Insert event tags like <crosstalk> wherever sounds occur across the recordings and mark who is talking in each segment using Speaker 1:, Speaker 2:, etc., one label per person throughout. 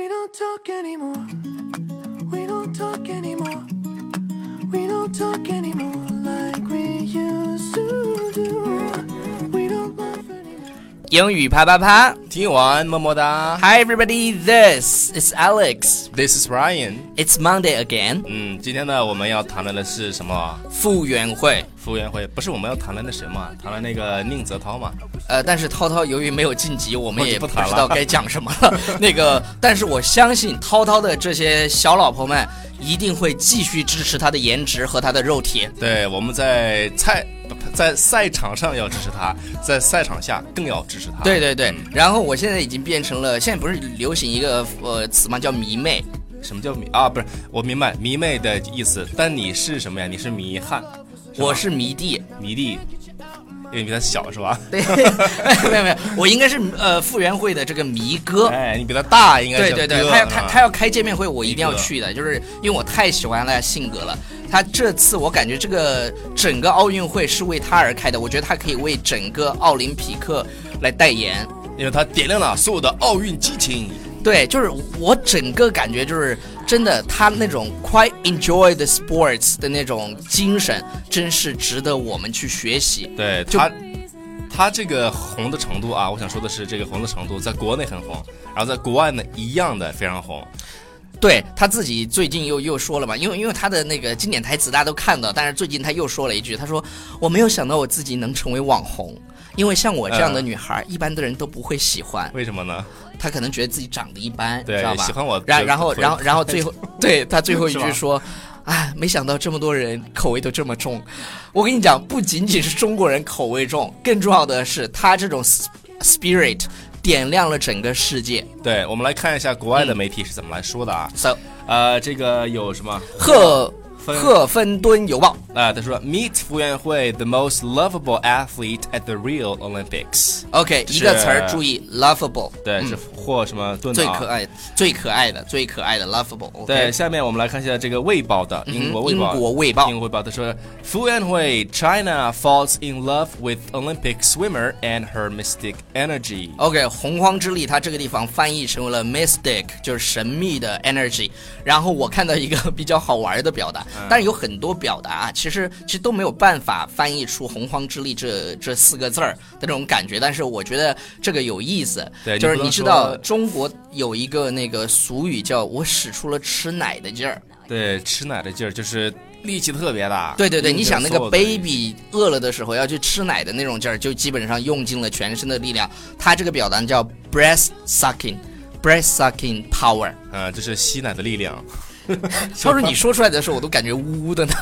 Speaker 1: don't talk anymore. We don't talk anymore. We don't talk anymore like we used to do. We don't laugh anymore.
Speaker 2: 英语啪啪啪
Speaker 3: 听完么么哒
Speaker 2: ！Hi everybody, this is Alex.
Speaker 3: ，This is Ryan。
Speaker 2: It's Monday again.
Speaker 3: 嗯，今天呢，我们要谈论的是什么？
Speaker 2: 傅园慧，
Speaker 3: 傅园慧不是我们要谈论的什么？啊谈论那个宁泽涛嘛？
Speaker 2: 呃，但是涛涛由于没有晋级，我们
Speaker 3: 哦
Speaker 2: 也
Speaker 3: 就
Speaker 2: 不
Speaker 3: 不
Speaker 2: 知
Speaker 3: 谈了
Speaker 2: 道该讲什么
Speaker 3: <laughs>
Speaker 2: 了。那个，但是我相信涛涛的这些小老婆们一定会继续支持他的颜值和他的肉体。
Speaker 3: 对，我们在赛不在赛场上要支持他，在赛场下更要支持他。
Speaker 2: 对对
Speaker 3: 嗯
Speaker 2: 对，然后我现在已经变成了，现在不是流行一个呃词吗？叫迷妹。
Speaker 3: 什么叫迷啊？不是，我明白迷妹的意思，但你是什么呀？你是迷汉，
Speaker 2: 我是迷弟，
Speaker 3: 迷弟，因为你比他小是吧？
Speaker 2: 对， <laughs> 没有没有，我应该是呃傅园慧的这个迷哥。
Speaker 3: 哎，你比他大，应该
Speaker 2: 对
Speaker 3: 叫
Speaker 2: 对对，
Speaker 3: 哥
Speaker 2: 他要他
Speaker 3: 啊
Speaker 2: 他要开见面会，我一定要
Speaker 3: 迷哥
Speaker 2: 去的，就是因为我太喜欢他的性格了。他这次我感觉这个整个奥运会是为他而开的，我觉得他可以为整个奥林匹克来代言。
Speaker 3: 因为他点亮了所有的奥运激情。
Speaker 2: 对，就是我整个感觉就是真的，他那种 quite enjoy the sports 的那种精神，真是值得我们去学习。
Speaker 3: 对
Speaker 2: 就
Speaker 3: 他，他这个红的程度啊，我想说的是，这个红的程度在国内很红，然后在国外呢一样的非常红。
Speaker 2: 对他自己最近又又说了嘛，因为因为他的那个经典台词大家都看到，但是最近他又说了一句，他说我没有想到我自己能成为网红，因为像我这样的女孩，一般的人都不会喜欢，
Speaker 3: 为什么呢？
Speaker 2: 他可能觉得自己长得一般，
Speaker 3: 对
Speaker 2: 知道吧？
Speaker 3: 喜欢我
Speaker 2: 然
Speaker 3: 就
Speaker 2: 然后
Speaker 3: 会
Speaker 2: 然后
Speaker 3: <laughs>
Speaker 2: 然后最后对他最后一
Speaker 3: 是
Speaker 2: 句
Speaker 3: 吧
Speaker 2: 说。哎，没想到这么多人口味都这么重。我跟你讲，不仅仅是中国人口味重，更重要的是他这种 sp- spirit 点亮了整个世界。
Speaker 3: 对，我们来看一下国外的媒体是怎么来说的啊。
Speaker 2: So，
Speaker 3: 呃，这个有什么？
Speaker 2: 赫
Speaker 3: 芬
Speaker 2: 赫芬顿邮报
Speaker 3: 啊、他说，Meet 傅园慧，the most lovable athlete at the Rio Olympics。
Speaker 2: OK，
Speaker 3: 这
Speaker 2: 一
Speaker 3: 是
Speaker 2: 个词儿，注意，lovable，
Speaker 3: 对，
Speaker 2: 嗯
Speaker 3: 是获什么顿
Speaker 2: 最
Speaker 3: 脑
Speaker 2: 可爱、最可爱的、最可爱的 lovable。
Speaker 3: 对，，下面我们来看一下这个《卫报》的英国《卫报》
Speaker 2: 嗯英国卫报
Speaker 3: 英国《卫报》他说，傅园慧，China falls in love with Olympic swimmer and her mystic energy。
Speaker 2: OK，洪荒之力，它这个地方翻译成为了 mystic，就是神秘的 energy。然后我看到一个比较好玩的表达，但是有很多表达啊，其实其实都没有办法翻译出“洪荒之力这”这四个字儿的那种感觉。但是我觉得这个有意思，
Speaker 3: 对
Speaker 2: 就是
Speaker 3: 你不能
Speaker 2: 你知道
Speaker 3: 说
Speaker 2: 中国有一个那个俗语叫“我使出了吃奶的劲儿”，
Speaker 3: 对，吃奶的劲儿就是力气特别大。
Speaker 2: 对对对，
Speaker 3: 用
Speaker 2: 你想那
Speaker 3: 着
Speaker 2: 个
Speaker 3: 所有的力
Speaker 2: baby 饿了的时候要去吃奶的那种劲儿，就基本上用尽了全身的力量。它这个表达叫 breast sucking，breast sucking power。
Speaker 3: 呃，就是吸奶的力量。
Speaker 2: 他说你说出来的时候，我都感觉呜呜的
Speaker 3: <laughs>
Speaker 2: 呢。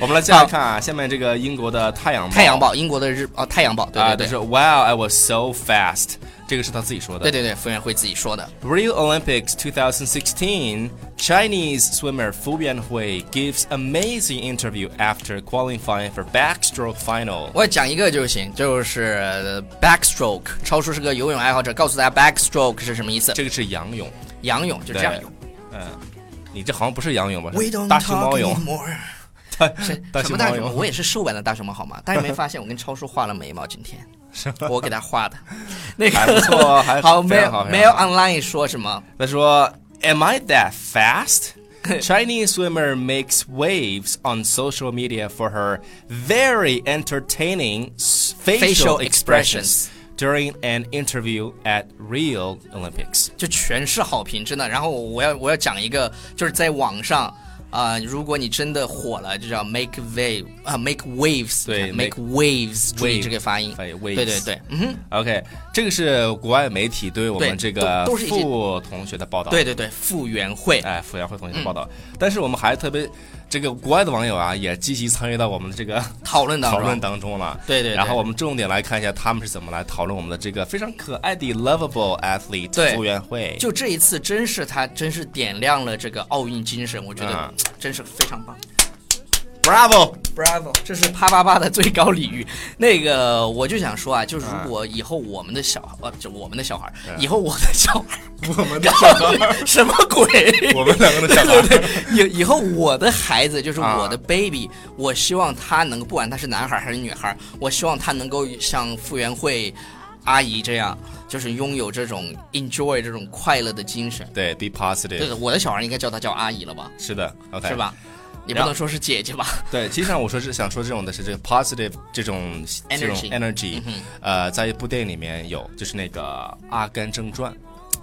Speaker 3: 我们来接下来看啊，下面这个英国的《太阳报》。
Speaker 2: 太阳报，英国的日哦，太阳报，对
Speaker 3: 啊，
Speaker 2: 对
Speaker 3: 他
Speaker 2: 对，
Speaker 3: 说，Wow, I was so fast。这个是他自己说的。
Speaker 2: 对对对，傅园慧自己说的。
Speaker 3: Rio Olympics 2016, Chinese swimmer Fu Yanhui gives amazing interview after qualifying for backstroke final.
Speaker 2: 我讲一个就行，就是呃 backstroke。超叔是个游泳爱好者，告诉大家 backstroke 是什么意思。
Speaker 3: 这个是仰泳，
Speaker 2: 仰泳就这样
Speaker 3: 对
Speaker 2: 泳。
Speaker 3: 你这好像不是仰泳吧？
Speaker 2: We
Speaker 3: 是
Speaker 2: don't
Speaker 3: 大熊猫
Speaker 2: talk
Speaker 3: 泳，
Speaker 2: anymore。
Speaker 3: <laughs> 大大
Speaker 2: 什
Speaker 3: 熊
Speaker 2: 么大
Speaker 3: 猫
Speaker 2: 熊猫？
Speaker 3: 泳。
Speaker 2: 我也是瘦版的大熊猫，好吗？但是没发现我跟超叔画了眉毛，今天
Speaker 3: <laughs> 是
Speaker 2: 我给他画的，那个
Speaker 3: 还不错还
Speaker 2: <laughs> 好。
Speaker 3: 非
Speaker 2: 没
Speaker 3: 常
Speaker 2: 有
Speaker 3: 好
Speaker 2: 没
Speaker 3: 非
Speaker 2: 有
Speaker 3: 常好
Speaker 2: online 说什么？
Speaker 3: 他说：“Am I that
Speaker 2: <laughs>
Speaker 3: fast?” Chinese swimmer makes waves on social media for her very entertaining s-
Speaker 2: Facial
Speaker 3: facial
Speaker 2: expressions.
Speaker 3: expressions during an interview at Rio Olympics.
Speaker 2: 就全是好评，真的。然后我要我要讲一个，就是在网上啊、如果你真的火了，就叫 make wave 啊、m a k e waves，
Speaker 3: 对
Speaker 2: ，make waves，注意
Speaker 3: wave，
Speaker 2: 这个发音，
Speaker 3: 发音
Speaker 2: 对
Speaker 3: ，waves Mm-hmm.
Speaker 2: 对对，嗯哼，
Speaker 3: OK，这个是国外媒体对我
Speaker 2: 对
Speaker 3: 们这个
Speaker 2: 都都是一些
Speaker 3: 傅同学的报道。
Speaker 2: 对对对，傅园慧，
Speaker 3: 哎，傅园慧同学的报道。但是我们还特别，这个国外的网友啊，也积极参与到我们的这个
Speaker 2: 讨论当
Speaker 3: 讨
Speaker 2: 中，啊
Speaker 3: 论当中了。
Speaker 2: 对对对
Speaker 3: 然后我们重点来看一下他们是怎么来讨论我们的这个非常可爱的 lovable athlete
Speaker 2: 对
Speaker 3: 傅园慧。
Speaker 2: 就这一次，真是他真是点亮了这个奥运精神，我觉得
Speaker 3: 嗯
Speaker 2: 真是非常棒。 <laughs>
Speaker 3: Bravo，
Speaker 2: Bravo，这是啪啪啪的最高礼遇。那个，我就想说啊，就是
Speaker 3: 嗯
Speaker 2: 如果以后我们的小孩，呃，就我们的小孩儿，以后我的小孩儿，
Speaker 3: <laughs> 我们的小
Speaker 2: <laughs>
Speaker 3: 孩，
Speaker 2: 什么鬼？
Speaker 3: <laughs> 我们两个的小
Speaker 2: 对对
Speaker 3: 孩。啊
Speaker 2: 对，以以 <laughs> 后我的孩子就是我的 baby，、我希望他能，不管他是男孩还是女孩，我希望他能够像傅园慧。阿姨这样，就是拥有这种 enjoy 这种快乐的精神。
Speaker 3: 对，be
Speaker 2: 对
Speaker 3: positive，
Speaker 2: 的，我的小孩应该叫她叫阿姨了吧？
Speaker 3: 是的，OK，
Speaker 2: 是？吧？你不
Speaker 3: 然后
Speaker 2: 能说是姐姐吧？
Speaker 3: 对，其实上我说是想说这种的是这个 positive 这种这种
Speaker 2: Energy 嗯
Speaker 3: energy，、呃，在一部电影里面有，就是那个《阿甘正传》。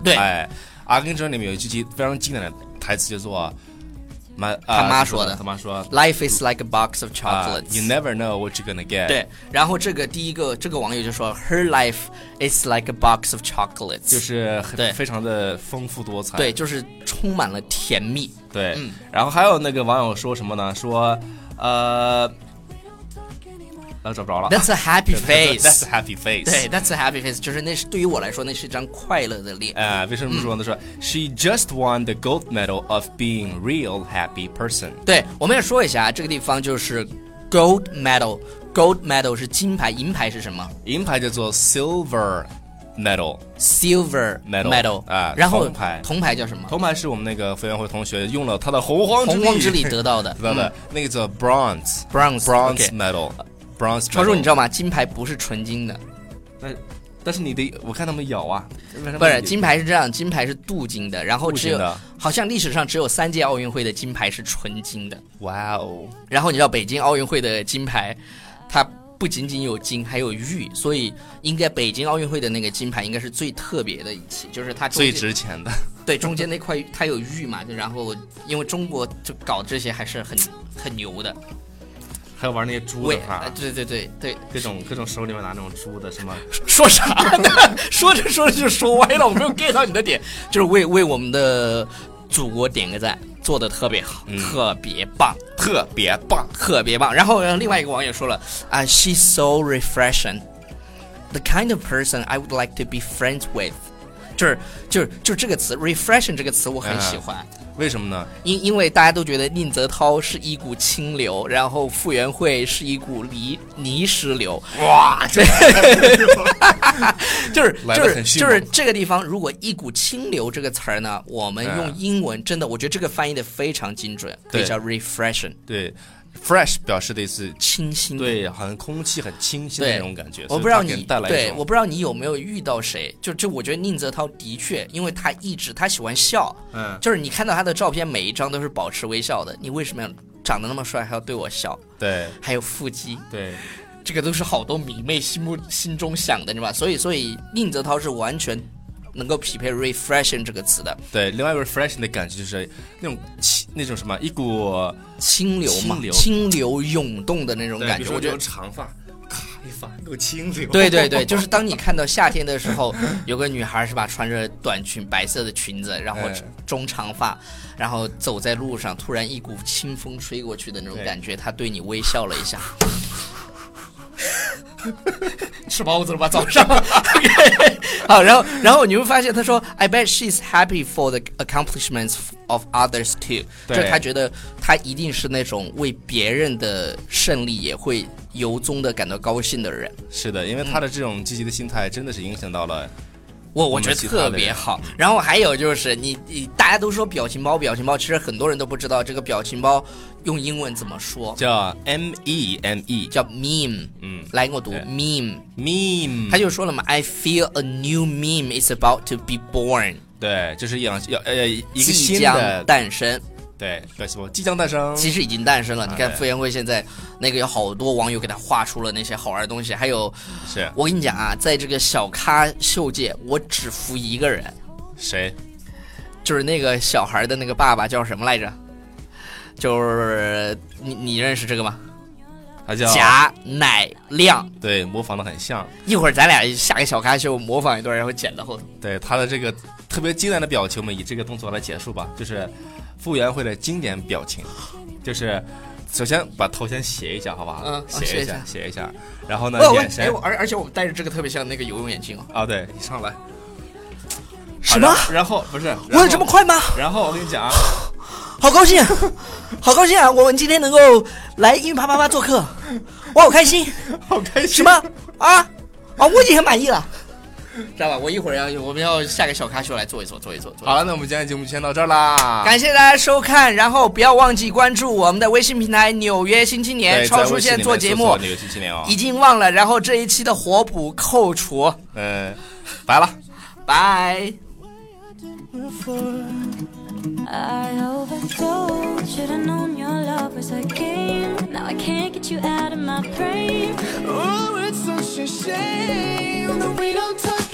Speaker 2: 对，
Speaker 3: 哎，《阿甘正传》里面有一句经非常经典的台词，叫做“妈”，呃
Speaker 2: 他妈说的
Speaker 3: 他妈说
Speaker 2: Life is like a box of
Speaker 3: 啊
Speaker 2: chocolates.、
Speaker 3: ，You never know what you're gonna get。，
Speaker 2: 对，然后这个第一个这个网友就说，Her life is like a box of chocolates，
Speaker 3: 就是很
Speaker 2: 对
Speaker 3: 非常的丰富多彩。
Speaker 2: 对，嗯就是充满了甜蜜。
Speaker 3: 对、然后还有那个网友说什么呢？说，呃，呃，找不着了。
Speaker 2: That's a happy
Speaker 3: <laughs> That's
Speaker 2: face
Speaker 3: a。happy face。
Speaker 2: 对，That's a happy face，就是那是对于我来说，那是一张快乐的脸。
Speaker 3: 呃，为什么说呢？说
Speaker 2: 嗯
Speaker 3: She just won the gold medal of being real happy person。
Speaker 2: 对，我们也说一下啊，这个地方就是 gold medal。Gold medal 是金牌，银牌是什么
Speaker 3: 银牌叫做 silver medal，
Speaker 2: ？Silver
Speaker 3: Medal，啊
Speaker 2: 然后
Speaker 3: 铜牌
Speaker 2: 铜牌叫什么？
Speaker 3: 铜牌是我们那个飞员会同学用了他的洪荒
Speaker 2: 洪荒之力得
Speaker 3: <laughs>
Speaker 2: 到的。嗯
Speaker 3: 得到的，那个叫 bronze
Speaker 2: Bronze，
Speaker 3: bronze
Speaker 2: OK
Speaker 3: medal bronze。
Speaker 2: 超叔，你知
Speaker 3: 道？
Speaker 2: 道吗？金牌不是纯金的，
Speaker 3: 但但是你得，我看他们咬啊，为什么
Speaker 2: 不是
Speaker 3: 你
Speaker 2: 金牌是这样，金牌是镀金的，然后只有
Speaker 3: 镀金的
Speaker 2: 好像历史上只有三届奥运会的金牌是纯金的。
Speaker 3: 哇哦，
Speaker 2: 然后你知道北京奥运会的金牌，它不仅仅有金，还有玉，所以应该北京奥运会的那个金牌应该是最特别的一期，就是它中
Speaker 3: 最
Speaker 2: 间
Speaker 3: 值钱的。
Speaker 2: 对中间那块它有玉嘛，就然后因为中国就搞这些还是很很牛的，
Speaker 3: 还有玩那些猪
Speaker 2: 我
Speaker 3: 的
Speaker 2: 也
Speaker 3: 哈
Speaker 2: 呃，对对对对，
Speaker 3: 各种各种手里面拿那种猪的什么，
Speaker 2: 说啥呢？说着说着就说歪了，我没有 get 到你的点，就是为为我们的祖国点个赞，做的特别好，特别棒。
Speaker 3: 特别棒。
Speaker 2: 特别棒。然后呃另外一个网友说了啊、s h e s so refreshing, the kind of person I would like to be friends with。就是就是就是这个词 refreshing 这个词我很喜欢，
Speaker 3: <laughs> 为什么呢？
Speaker 2: 因因为大家都觉得宁泽涛是一股清流，然后傅园慧是一股泥泥石流，
Speaker 3: 哇，
Speaker 2: <laughs>
Speaker 3: 这
Speaker 2: 就是
Speaker 3: 来得
Speaker 2: 就
Speaker 3: 很啊
Speaker 2: 是
Speaker 3: 迅
Speaker 2: 就是
Speaker 3: 猛
Speaker 2: 这个地方，如果一股清流这个词儿呢，我们用英文真的，我觉得这个翻译的非常精准，可以
Speaker 3: 对
Speaker 2: 叫 refreshing，
Speaker 3: 对，fresh 表示的意思
Speaker 2: 清新。
Speaker 3: 对，好像空气很清新的
Speaker 2: 对
Speaker 3: 那种感觉。
Speaker 2: 我
Speaker 3: 所以
Speaker 2: 不知道
Speaker 3: 它给人
Speaker 2: 你
Speaker 3: 带来一
Speaker 2: 对，
Speaker 3: 种
Speaker 2: 我不知道你有没有遇到谁，就就我觉得宁泽涛的确，因为他一直他喜欢笑，
Speaker 3: 嗯
Speaker 2: 就是你看到他的照片，每一张都是保持微笑的。你为什么要长得那么帅还要对我笑？
Speaker 3: 对
Speaker 2: 还有腹肌，
Speaker 3: 对
Speaker 2: 这个都是好多迷妹心目心中想的，你知道吧？所以所以宁泽涛是完全能够匹配 refreshing 这个词的
Speaker 3: 对。另外一个 refreshing 的感觉就是那种气，那种什么一股
Speaker 2: 清流嘛
Speaker 3: 清，流
Speaker 2: 清流涌动的那种感觉，我觉得
Speaker 3: 长发，咔一发，够清 <laughs> 流。
Speaker 2: 对对对，就是当你看到夏天的时候， <laughs> 有个女孩是吧，穿着短裙、白色的裙子，然后
Speaker 3: 哎
Speaker 2: 中长发，然后走在路上，突然一股清风吹过去的那种
Speaker 3: 对
Speaker 2: 感觉，她对你微笑了一下。 <laughs> 吃包子了吧？早上。OK，好，然后然后你会发现，他说，I bet she's happy for the accomplishments of others too。就
Speaker 3: 对
Speaker 2: 是他觉得他一定是那种为别人的胜利也会由衷的感到高兴的人。
Speaker 3: <laughs> 是的，因为他的这种积极的心态真的是影响到了。
Speaker 2: 我
Speaker 3: 我
Speaker 2: 我
Speaker 3: 们
Speaker 2: 觉得
Speaker 3: 其他
Speaker 2: 特
Speaker 3: 的
Speaker 2: 别
Speaker 3: 人
Speaker 2: 好。然后还有就是你你大家都说表情包表情包，其实很多人都不知道这个表情包用英文怎么说，
Speaker 3: 叫 M E M E 叫
Speaker 2: 叫 meme。
Speaker 3: 嗯
Speaker 2: 来给我读
Speaker 3: 对嗯
Speaker 2: meme，
Speaker 3: meme，
Speaker 2: 他就说了嘛，I feel a new meme is about to be born，
Speaker 3: 对，就是养要呃一个
Speaker 2: 即
Speaker 3: 新
Speaker 2: 将
Speaker 3: 的
Speaker 2: 诞生，
Speaker 3: 对，表示我即将诞生。
Speaker 2: 其实已经诞生了。你看
Speaker 3: 哎
Speaker 2: 傅园慧现在那个有好多网友给他画出了那些好玩的东西，还有
Speaker 3: 是
Speaker 2: 我跟你讲啊，在这个小咖秀界，我只服一个人，
Speaker 3: 谁？
Speaker 2: 就是那个小孩的那个爸爸叫什么来着？就是你你认识这个吗？
Speaker 3: 他叫
Speaker 2: 贾乃亮。
Speaker 3: 对，模仿的很像。
Speaker 2: 一会儿咱俩下个小咖秀模仿一段，然后剪到后头。
Speaker 3: 对他的这个特别艰难的表情，我们以这个动作来结束吧，就是傅园慧的经典表情，就是首先把头先斜一下，好不好？
Speaker 2: 嗯
Speaker 3: 斜一
Speaker 2: 啊
Speaker 3: 下，斜一下，然后呢，
Speaker 2: 我我
Speaker 3: 眼
Speaker 2: 哎
Speaker 3: 神
Speaker 2: 我而而且我们戴着这个特别像那个游泳眼镜哦。
Speaker 3: 啊，对，你上来
Speaker 2: 什么
Speaker 3: 啊？然后然后不是
Speaker 2: 我有这么？快吗？
Speaker 3: 然后然后我跟你
Speaker 2: <laughs>
Speaker 3: 讲啊，
Speaker 2: 好高 <laughs> 兴，啊好高兴啊！我们今天能够来英语啪啪啪做客，我好开心。
Speaker 3: 好开心！
Speaker 2: 什么？啊啊！我已经很满意了。知道吧？我一会儿要我们要下个小咖秀来做一做，做一做，做一做
Speaker 3: 好了，那我们今天节目先到这儿啦。
Speaker 2: 感谢大家收看，然后不要忘记关注我们的微信平台《纽约新青年》，
Speaker 3: 对
Speaker 2: 超
Speaker 3: 在
Speaker 2: 出
Speaker 3: 微信里
Speaker 2: 现
Speaker 3: 面
Speaker 2: 做节目
Speaker 3: 搜索，纽约新青年哦。
Speaker 2: 已经忘了。然后这一期的活补扣除，
Speaker 3: 嗯，拜了。
Speaker 2: 拜。
Speaker 4: I overdosed. Should've known your love was a game. Now I can't get you out of my brain.
Speaker 1: Oh, it's such a shame that we don't talk